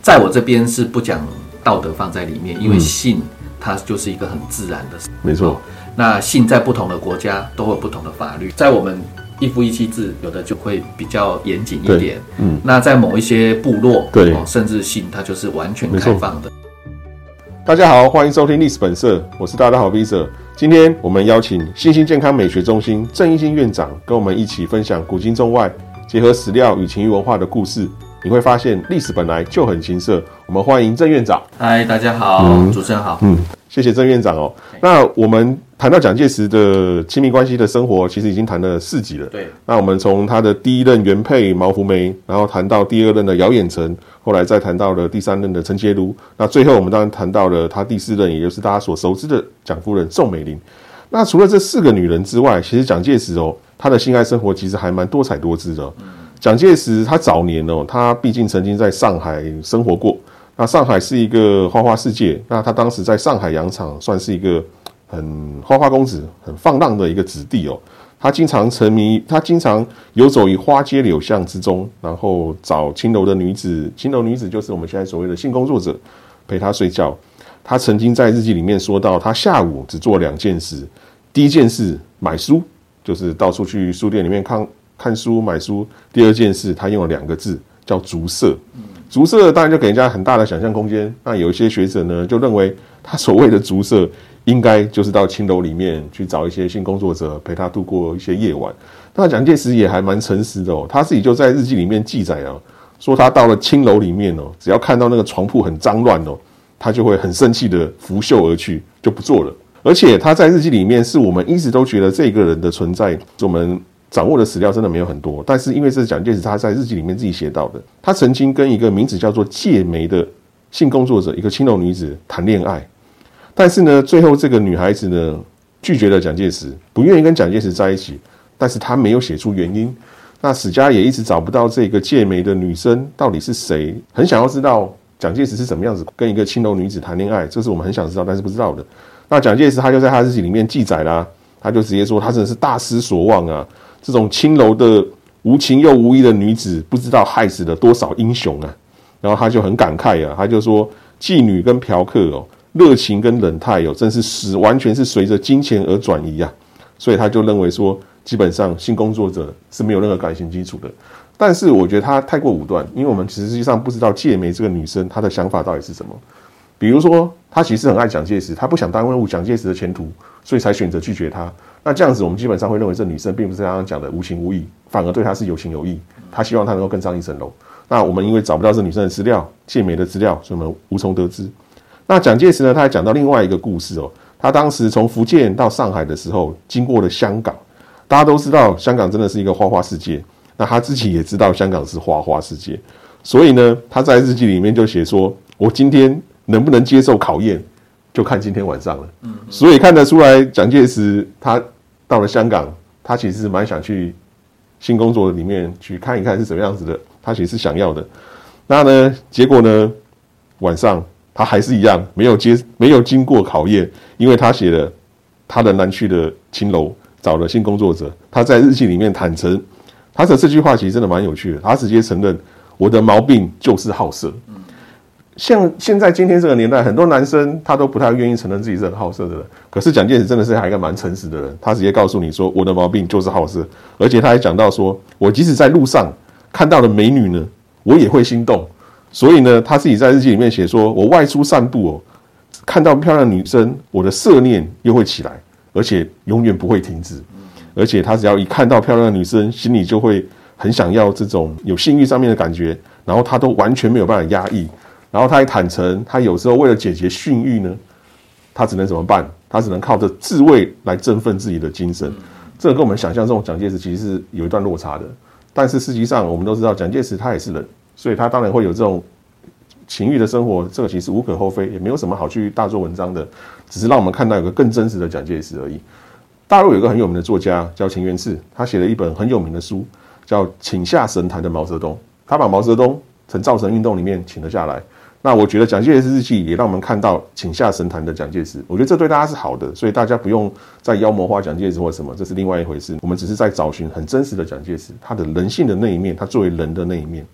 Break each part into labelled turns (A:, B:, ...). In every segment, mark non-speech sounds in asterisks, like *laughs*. A: 在我这边是不讲道德放在里面，
B: 嗯
A: 因为性它就是一个很自然的事。
B: 没错，
A: 那性在不同的国家都会有不同的法律，在我们一夫一妻制，有的就会比较严谨一点
B: 对。嗯，
A: 那在某一些部落，
B: 对
A: 哦甚至性它就是完全
B: 没错
A: 开放的。
B: 大家好，欢迎收听《历史本色》，我是大家好 Visa。今天我们邀请新兴健康美学中心郑义兴院长跟我们一起分享古今中外结合史料与情谊文化的故事。你会发现，历史本来就很情色。我们欢迎郑院长。
A: 嗨，大家好，主持人好。
B: 嗯，谢谢郑院长哦。那我们谈到蒋介石的亲密关系的生活，其实已经谈了四集了。
A: 对，
B: 那我们从他的第一任原配毛福梅，然后谈到第二任的姚远成，后来再谈到了第三任的陈洁如，那最后我们当然谈到了他第四任，也就是大家所熟知的蒋夫人宋美龄。那除了这四个女人之外，其实蒋介石哦，他的性爱生活其实还蛮多彩多姿的哦、蒋介石他早年哦，他毕竟曾经在上海生活过。那上海是一个花花世界，那他当时在上海洋场算是一个很花花公子、很放浪的一个子弟哦。他经常沉迷，他经常游走于花街柳巷之中，然后找青楼的女子，青楼女子就是我们现在所谓的性工作者，陪他睡觉。他曾经在日记里面说到，他下午只做两件事，第一件事买书，就是到处去书店里面看看书、买书；第二件事，他用了两个字叫“逐色”。逐色当然就给人家很大的想象空间。那有一些学者呢，就认为他所谓的逐色，应该就是到青楼里面去找一些性工作者陪他度过一些夜晚。那蒋介石也还蛮诚实的哦，他自己就在日记里面记载啊，说他到了青楼里面哦，只要看到那个床铺很脏乱哦，他就会很生气的拂袖而去，就不做了。而且他在日记里面，是我们一直都觉得这个人的存在，我们掌握的史料真的没有很多。但是因为这是蒋介石他在日记里面自己写到的，他曾经跟一个名字叫做介梅的性工作者，一个青楼女子谈恋爱，但是呢，最后这个女孩子呢拒绝了蒋介石，不愿意跟蒋介石在一起，但是她没有写出原因。那史家也一直找不到这个介梅的女生到底是谁，很想要知道蒋介石是怎么样子跟一个青楼女子谈恋爱，这是我们很想知道，但是不知道的。那蒋介石他就在他自己里面记载啦、他就直接说他真的是大失所望啊！这种青楼的无情又无义的女子，不知道害死了多少英雄啊！然后他就很感慨啊，他就说妓女跟嫖客哦，热情跟冷态哦，真是死完全是随着金钱而转移啊！所以他就认为说，基本上性工作者是没有任何感情基础的。但是我觉得他太过武断，因为我们实际上不知道介梅这个女生她的想法到底是什么。比如说，他其实很爱蒋介石，他不想耽误蒋介石的前途，所以才选择拒绝他。那这样子，我们基本上会认为这女生并不是刚刚讲的无情无义，反而对他是有情有义。他希望他能够更上一层楼。那我们因为找不到这女生的资料、谢美的资料，所以我们无从得知。那蒋介石呢，他还讲到另外一个故事哦，他当时从福建到上海的时候，经过了香港。大家都知道，香港真的是一个花花世界。那他自己也知道香港是花花世界，所以呢，他在日记里面就写说：“我今天能不能接受考验，就看今天晚上了。”所以看得出来，蒋介石他到了香港，他其实是蛮想去新工作里面去看一看是什么样子的，他其实是想要的。那呢，结果呢，晚上他还是一样没有接没有经过考验，因为他写了他仍然去了青楼找了性工作者，他在日记里面坦诚，他的这句话其实真的蛮有趣的，他直接承认我的毛病就是好色。像现在今天这个年代，很多男生他都不太愿意承认自己是很好色的人。可是蒋介石真的是还一个蛮诚实的人，他直接告诉你说我的毛病就是好色，而且他还讲到说，我即使在路上看到了美女呢，我也会心动。所以呢，他自己在日记里面写说，我外出散步哦，看到漂亮的女生，我的色念又会起来，而且永远不会停止。而且他只要一看到漂亮的女生，心里就会很想要这种有性欲上面的感觉，然后他都完全没有办法压抑。然后他也坦诚，他有时候为了解决性欲呢，他只能怎么办？他只能靠着自卫来振奋自己的精神。这个跟我们想象中蒋介石其实是有一段落差的。但是实际上，我们都知道蒋介石他也是人，所以他当然会有这种情欲的生活，这个其实无可厚非，也没有什么好去大做文章的，只是让我们看到有个更真实的蒋介石而已。大陆有一个很有名的作家叫秦源志，他写了一本很有名的书，叫《请下神坛的毛泽东》，他把毛泽东从造神运动里面请了下来。那我觉得蒋介石日记也让我们看到请下神坛的蒋介石，我觉得这对大家是好的，所以大家不用再妖魔化蒋介石或什么，这是另外一回事。我们只是在找寻很真实的蒋介石，他的人性的那一面，他作为人的那一面。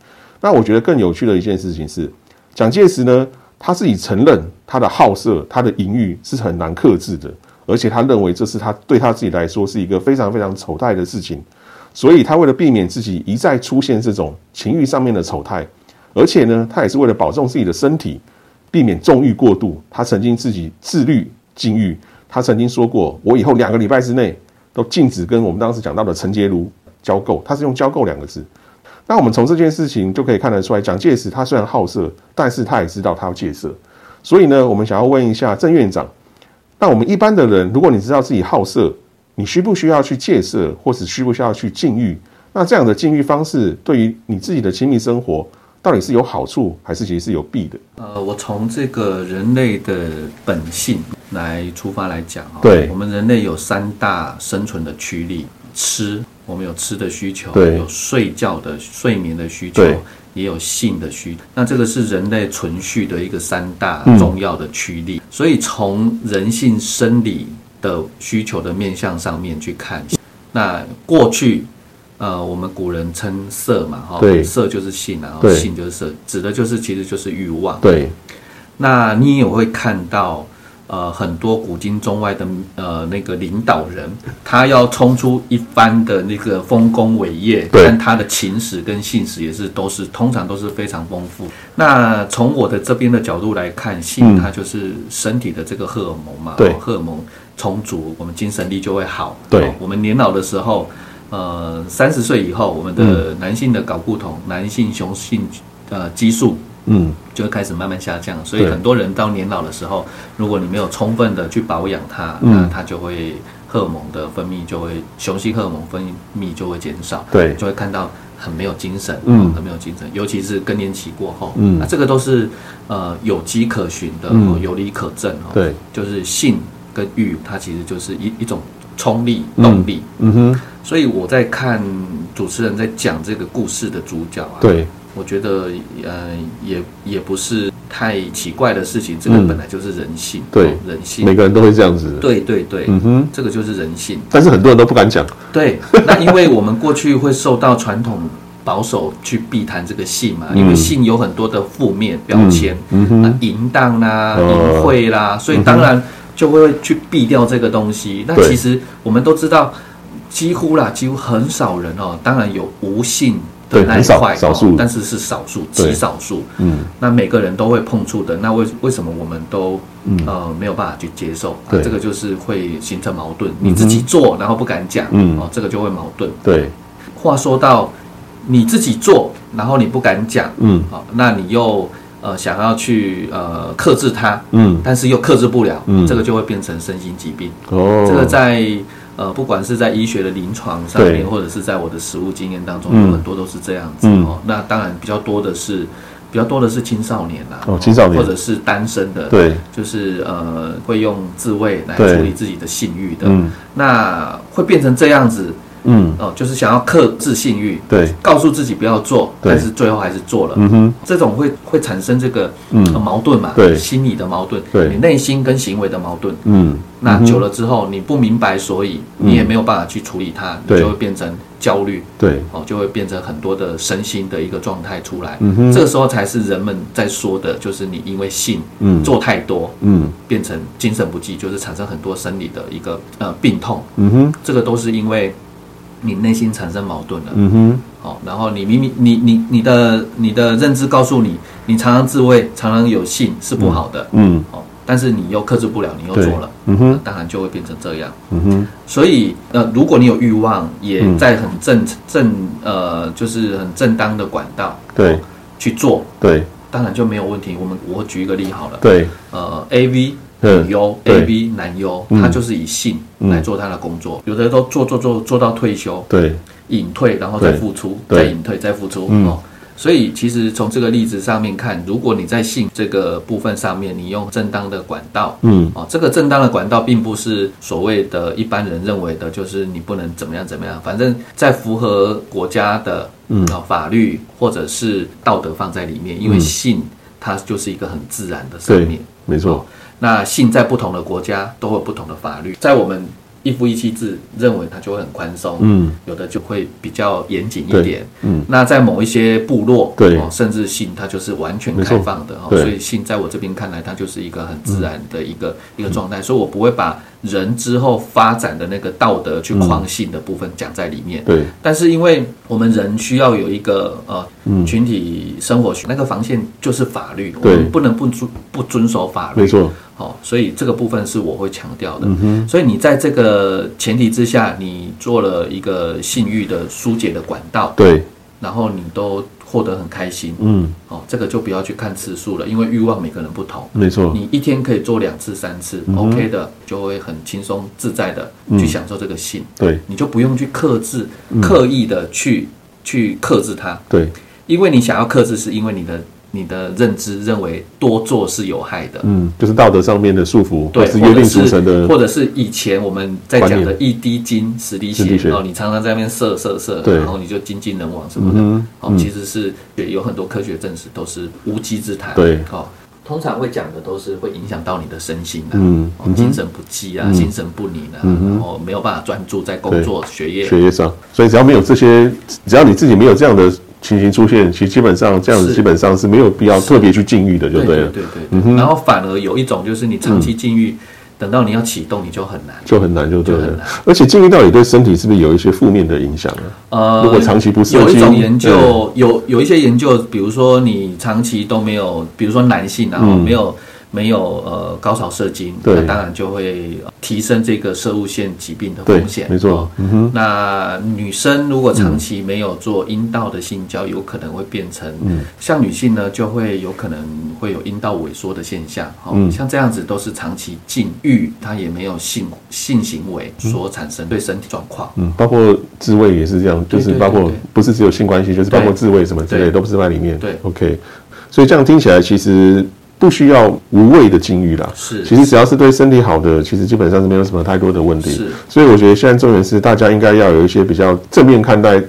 B: 那我觉得更有趣的一件事情是，蒋介石呢，他自己承认他的好色、他的淫欲是很难克制的，而且他认为这是他对他自己来说是一个非常非常丑态的事情，所以他为了避免自己一再出现这种情欲上面的丑态，而且呢，他也是为了保重自己的身体，避免纵欲过度，他曾经自己自律禁欲，他曾经说过，我以后两个礼拜之内都禁止跟我们当时讲到的陈洁如交媾，他是用交媾两个字。那我们从这件事情就可以看得出来，蒋介石他虽然好色，但是他也知道他要戒色。所以呢，我们想要问一下郑院长，那我们一般的人，如果你知道自己好色，你需不需要去戒色，或是需不需要去禁欲？那这样的禁欲方式对于你自己的亲密生活，到底是有好处，还是其实是有弊的？
A: 呃，我从这个人类的本性来出发来讲哈、
B: 对
A: 我们人类有三大生存的驱力：吃，我们有吃的需求，
B: 对
A: 有睡觉的睡眠的需求
B: 对，
A: 也有性的需求。那这个是人类存续的一个三大
B: 嗯
A: 重要的驱力。所以从人性生理的需求的面向上面去看，那过去。呃，我们古人称色嘛，哈、
B: 对
A: 色就是性啊，
B: 对
A: 性就是色，指的就是其实就是欲望。
B: 对
A: 那你也会看到，呃，很多古今中外的呃那个领导人，他要冲出一番的那个丰功伟业，
B: 对
A: 但他的情史跟性史也是都是通常都是非常丰富。那从我的这边的角度来看，性
B: 嗯
A: 它就是身体的这个荷尔蒙嘛，
B: 对
A: 哦荷尔蒙充足，我们精神力就会好。
B: 对
A: 哦我们年老的时候。呃，三十岁以后，我们的
B: 嗯
A: 男性的睾固酮、男性雄性呃激素
B: 嗯，
A: 就会开始慢慢下降。所以
B: 对
A: 很多人到年老的时候，如果你没有充分的去保养它，
B: 嗯
A: 那它就会荷尔蒙的分泌就会雄性荷尔蒙分泌就会减少，
B: 对
A: 就会看到很没有精神，
B: 嗯
A: 嗯，很没有精神，尤其是更年期过后，
B: 嗯
A: 那这个都是呃有迹可循的，
B: 嗯
A: 哦有理可证哦，
B: 对，
A: 就是性跟欲，它其实就是一一种冲力动力。
B: 嗯哼，
A: 所以我在看主持人在讲这个故事的主角啊，
B: 对
A: 我觉得，呃，也也不是太奇怪的事情，这个
B: 嗯
A: 本来就是人性，哦
B: 对
A: 人性
B: 每，个人都会这样子。
A: 对对对，
B: 嗯哼，
A: 这个就是人性。
B: 但是很多人都不敢讲。
A: 对， *laughs* 那因为我们过去会受到传统保守去避谈这个性嘛，
B: 嗯
A: 因为性有很多的负面标签，
B: 嗯嗯哼
A: 啊，淫荡啦、
B: 哦
A: 淫秽啦，所以当然就会去避掉这个东西。那
B: 对
A: 其实我们都知道，几乎啦，几乎很少人哦，当然有无性。的
B: 对
A: 那一
B: 很少
A: 块哦
B: 少数
A: 但是是少数，
B: 对
A: 极少数。
B: 嗯，
A: 那每个人都会碰触的，那为为什么我们都、呃没有办法去接受？啊
B: 嗯对
A: 这个就是会形成矛盾。你自己做，然后不敢讲，
B: 嗯
A: 哦，这个就会矛盾。
B: 对，
A: 话说到你自己做，然后你不敢讲，
B: 嗯
A: 好、那你又呃想要去呃克制它，
B: 嗯，
A: 但是又克制不了，
B: 嗯
A: 这个就会变成身心疾病。
B: 哦，
A: 这个在呃，不管是在医学的临床上
B: 对
A: 面，或者是在我的实务经验当中，
B: 嗯
A: 有很多都是这样子、
B: 嗯
A: 哦。那当然比较多的是，比较多的是青少年啦，
B: 哦青少年
A: 或者是单身的，，
B: 对，
A: 就是呃会用自慰来
B: 对
A: 处理自己的性欲的，
B: 嗯
A: 那会变成这样子
B: 嗯，
A: 哦、就是想要克制性欲，
B: 对，
A: 告诉自己不要做，
B: 对
A: 但是最后还是做了，
B: 嗯哼，
A: 这种会会产生这个、
B: 嗯
A: 呃矛盾嘛，
B: 对
A: 心理的矛盾，
B: 对
A: 你内心跟行为的矛盾，
B: 嗯，
A: 那久了之后，你不明白所以，你也没有办法去处理它，
B: 对
A: 你就会变成焦虑，
B: 对，
A: 哦，就会变成很多的身心的一个状态出来。
B: 嗯哼
A: 这个时候才是人们在说的，就是你因为性
B: 嗯，
A: 做太多，
B: 嗯
A: 变成精神不济，就是产生很多生理的一个呃病痛，
B: 嗯哼，
A: 这个都是因为你内心产生矛盾了。
B: 嗯哼，
A: 哦，然后你明明你你你的你的认知告诉你，你常常自慰，常常有性是不好的。
B: 嗯，
A: 哦，但是你又克制不了，你又
B: 对
A: 做了，
B: 嗯哼
A: 那当然就会变成这样。
B: 嗯哼，
A: 所以，呃，如果你有欲望，也
B: 嗯
A: 在很正正呃，就是很正当的管道
B: 对
A: 去做，
B: 对
A: 当然就没有问题。我们我举一个例好了，
B: 对，
A: 呃，A V
B: 嗯
A: 女优
B: 对
A: ，A V 男优，
B: 嗯
A: 他就是以性
B: 嗯
A: 来做他的工作，有的都做做做做到退休，
B: 对
A: 隐退，然后再
B: 对
A: 复出，
B: 对
A: 再隐退，再复出。
B: 嗯
A: 哦，所以其实从这个例子上面看，如果你在性这个部分上面，你用正当的管道，
B: 嗯
A: 哦，这个正当的管道并不是所谓的一般人认为的，就是你不能怎么样怎么样，反正在符合国家的
B: 嗯
A: 啊、法律或者是道德放在里面，因为性它就是一个很自然的生
B: 对
A: 命。，
B: 没
A: 没
B: 错，，
A: 那性在不同的国家都会有不同的法律，在我们。一夫一妻制，认为它就会很宽松，
B: 嗯，
A: 有的就会比较严谨
B: 对
A: 一点。
B: 嗯，
A: 那在某一些部落，
B: 对
A: 哦甚至性它就是完全
B: 没错
A: 开放的哦，
B: 对
A: 所以嗯性在我这边看来，它就是一个很自然的一个、一个状态，所以我不会把人之后发展的那个道德去框性的部分讲在里面。
B: 对，
A: 但是因为我们人需要有一个呃
B: 嗯
A: 群体生活学，那个防线就是法律，我
B: 对
A: 们不能不遵不遵守法律
B: 没。错，
A: 好、所以这个部分是我会强调的。
B: 嗯哼，
A: 所以你在这个前提之下，你做了一个性欲的疏解的管道，
B: 对，
A: 然后你都获得很开心。
B: 嗯，
A: 哦，这个就不要去看次数了，因为欲望每个人不同。
B: 没错，
A: 你一天可以做两次、三次、o k 的，就会很轻松自在的去享受这个性，
B: 对，
A: 你就不用去克制、刻意的去去克制它，
B: 对，
A: 因为你想要克制，是因为你的你的认知认为多做是有害的，
B: 嗯，就是道德上面的束缚，
A: 对，
B: 还是约定俗成
A: 或
B: 的，
A: 者是，或者是以前我们在讲
B: 观
A: 的
B: 念
A: 一滴精十滴血
B: 十滴，血
A: 然后你常常在那边射射射，
B: 对
A: 然后你就精尽人亡什么的，
B: 嗯
A: 哦
B: 哼，，嗯
A: 其实是也有很多科学证实都是无稽之谈，
B: 对
A: 哦。通常会讲的都是会影响到你的身心啊，
B: 嗯
A: 哦
B: 嗯哼
A: 精神不济啊，心神不宁啊，
B: 嗯哼
A: 然后没有办法专注在工作、学业，
B: 学业上，所以只要没有这些，只要你自己没有这样的情形出现，其实基本上这样子
A: 是
B: 基本上是没有必要特别去禁欲的，就
A: 对对
B: 对了，嗯
A: 对对对。然后反而有一种就是你长期禁欲，等到你要启动你就很难，
B: 就很难，就对
A: 就很
B: 了
A: 难。
B: 而且禁欲到底对身体是不是有一些负面的影响啊？
A: 呃，
B: 如果长期不射
A: 有一
B: 精
A: 种研究，有有一些研究，比如说你长期都没有，比如说男性啊，
B: 嗯
A: 没有没有呃高潮射精，
B: 对
A: 那当然就会呃提升这个射入腺疾病的
B: 对
A: 风险，。哦
B: 没错，嗯哼，
A: 那女生如果长期没有做阴道的性交，有可能会变成，
B: 嗯
A: 像女性呢就会有可能会有阴道萎缩的现象，哦，
B: 嗯
A: 像这样子都是长期禁欲，它也没有性性行为所产生对身体状况。
B: 嗯，包括自慰也是这样，就
A: 对
B: 是
A: 对
B: 包括
A: 对对
B: 不是只有性关系，就是包括自慰什么之类
A: 对
B: 都不是在里面。
A: 对
B: ，OK，所以这样听起来其实不需要无谓的禁欲啦。
A: 是
B: 其实只要是对身体好的，其实基本上是没有什么太多的问题。
A: 是
B: 所以我觉得现在重点是大家应该要有一些比较正面看待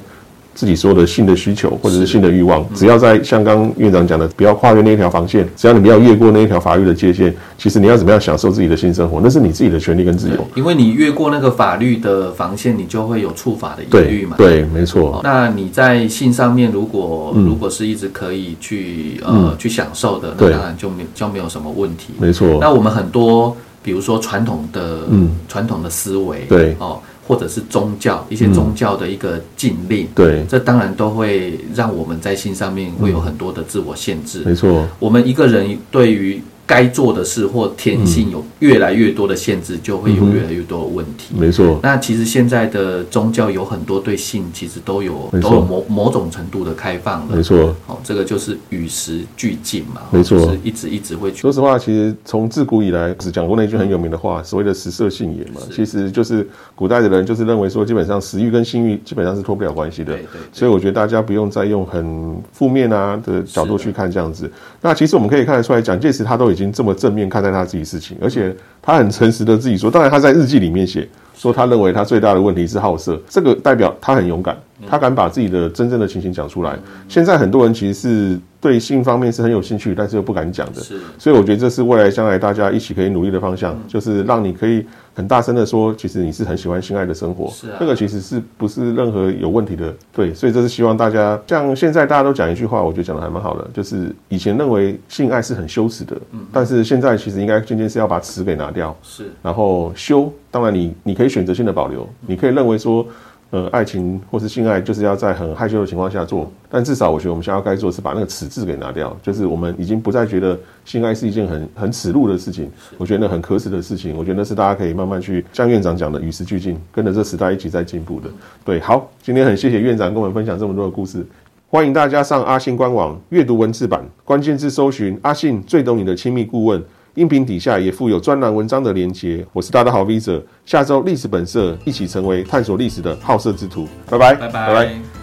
B: 自己所有的性的需求或者是性的欲望，只要在像刚刚院长讲的，不要跨越那一条防线，只要你不要越过那一条法律的界限，其实你要怎么样享受自己的性生活，那是你自己的权利跟自由。
A: 因为你越过那个法律的防线，你就会有触法的疑虑
B: 对嗯
A: 嘛。
B: 对，没错。
A: 哦。那你在性上面，如果、如果是一直可以去呃、去享受的，那
B: 嗯对
A: 当然就没就没有什么问题。
B: 没错，
A: 那我们很多，比如说传统的、
B: 嗯
A: 传统的思维，
B: 对
A: 哦，或者是宗教一些宗教的一个禁令，
B: 对，
A: 这当然都会让我们在性上面会有很多的自我限制。
B: 没错，
A: 我们一个人对于该做的事或天
B: 嗯
A: 性有越来越多的限制，就会有越来越多的问题。
B: 没错，
A: 那其实现在的宗教有很多对性其实都有
B: 没错
A: 都有某某种程度的开放
B: 没
A: 了。
B: 错。
A: 哦，这个就是与时俱进嘛，
B: 没错
A: 就是一直一直会去
B: 说实话，其实从自古以来只讲过那句很有名的话，所谓的“食色性也”嘛，
A: 是
B: 其实就是古代的人就是认为说，基本上食欲跟性欲基本上是脱不了关系的
A: 对。对
B: 所以我觉得大家不用再用很负面啊的角度去看这样子。那其实我们可以看得出来，蒋介石他都已经这么正面看待他自己事情，而且他很诚实的自己说，当然他在日记里面写说，他认为他最大的问题是好色，这个代表他很勇敢，他敢把自己的真正的情形讲出来。现在很多人其实是对性方面是很有兴趣，但是又不敢讲的。
A: 是
B: 所以我觉得这是未来将来大家一起可以努力的方向，
A: 嗯
B: 就是让你可以很大声的说，其实你是很喜欢性爱的生活，
A: 是啊
B: 这个其实是不是任何有问题的？对，所以这是希望大家像现在大家都讲一句话，我觉得讲的还蛮好的，就是以前认为性爱是很羞耻的，
A: 嗯
B: 但是现在其实应该渐渐是要把耻给拿掉，
A: 是
B: 然后修，当然你你可以选择性的保留，你可以认为说，呃，爱情或是性爱就是要在很害羞的情况下做，但至少我觉得我们现在要该做的是把那个耻字给拿掉，就是我们已经不再觉得性爱是一件很很耻辱的事情，我觉得那很可耻的事情，我觉得那是大家可以慢慢去像院长讲的与时俱进，跟着这时代一起在进步的。对，好，今天很谢谢院长跟我们分享这么多的故事，欢迎大家上阿信官网阅读文字版，关键字搜寻“阿信最懂你的亲密顾问”，音频底下也附有专栏文章的连结。我是大家好 V 者，下周历史本色一起成为探索历史的好色之徒，拜拜，
A: 拜拜。